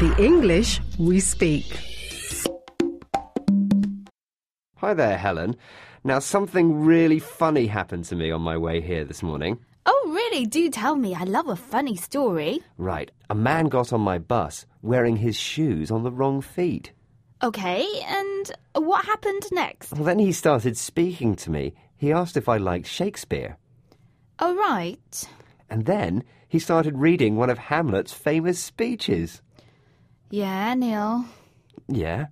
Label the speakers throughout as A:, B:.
A: The English we speak.
B: Hi there, Helen. Now, something really funny happened to me on my way here this morning.
C: Oh, really? Do tell me. I love a funny story.
B: Right, a man got on my bus wearing his shoes on the wrong feet.
C: Okay, and what happened next?
B: Well, then he started speaking to me. He asked if I liked Shakespeare.
C: Oh, right.
B: And then he started reading one of Hamlet's famous speeches.
C: Yeah, Neil.
B: Yeah?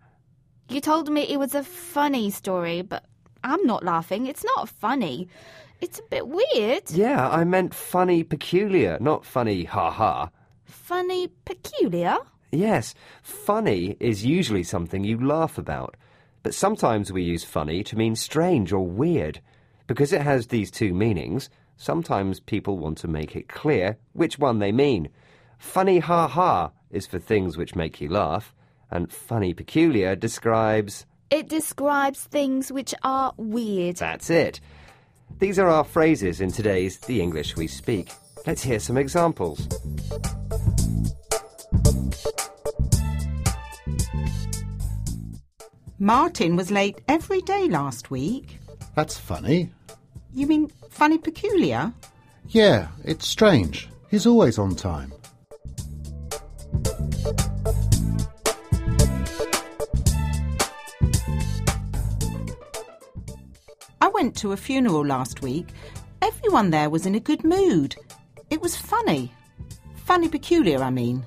C: You told me it was a funny story, but I'm not laughing. It's not funny. It's a bit weird.
B: Yeah, I meant funny peculiar, not funny ha ha.
C: Funny, peculiar.
B: Yes, funny is usually something you laugh about, but sometimes we use funny to mean strange or weird. Because it has these two meanings, sometimes people want to make it clear which one they mean. Funny ha ha is for things which make you laugh, and funny peculiar describes.
C: It describes things which are weird.
B: That's it. These are our phrases in today's The English We Speak. Let's hear some examples.
D: Martin was late every day last week.
E: That's funny.
D: You mean funny peculiar?
E: Yeah, it's strange. He's always on time.
D: I went to a funeral last week. Everyone there was in a good mood. It was funny. Funny peculiar, I mean.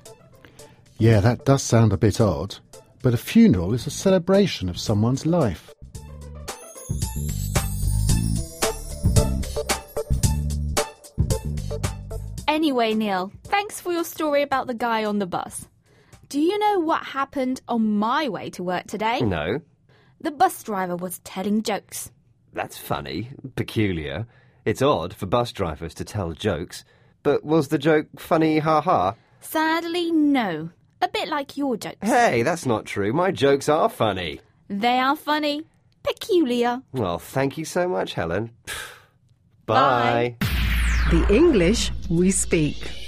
E: Yeah, that does sound a bit odd, but a funeral is a celebration of someone's life.
C: Anyway, Neil, thanks for your story about the guy on the bus. Do you know what happened on my way to work today?
B: No,
C: The bus driver was telling jokes.
B: That's funny, peculiar. It's odd for bus drivers to tell jokes. But was the joke funny, ha ha?
C: Sadly, no. A bit like your jokes.
B: Hey, that's not true. My jokes are funny.
C: They are funny, peculiar.
B: Well, thank you so much, Helen. Bye.
C: Bye.
A: The English we speak.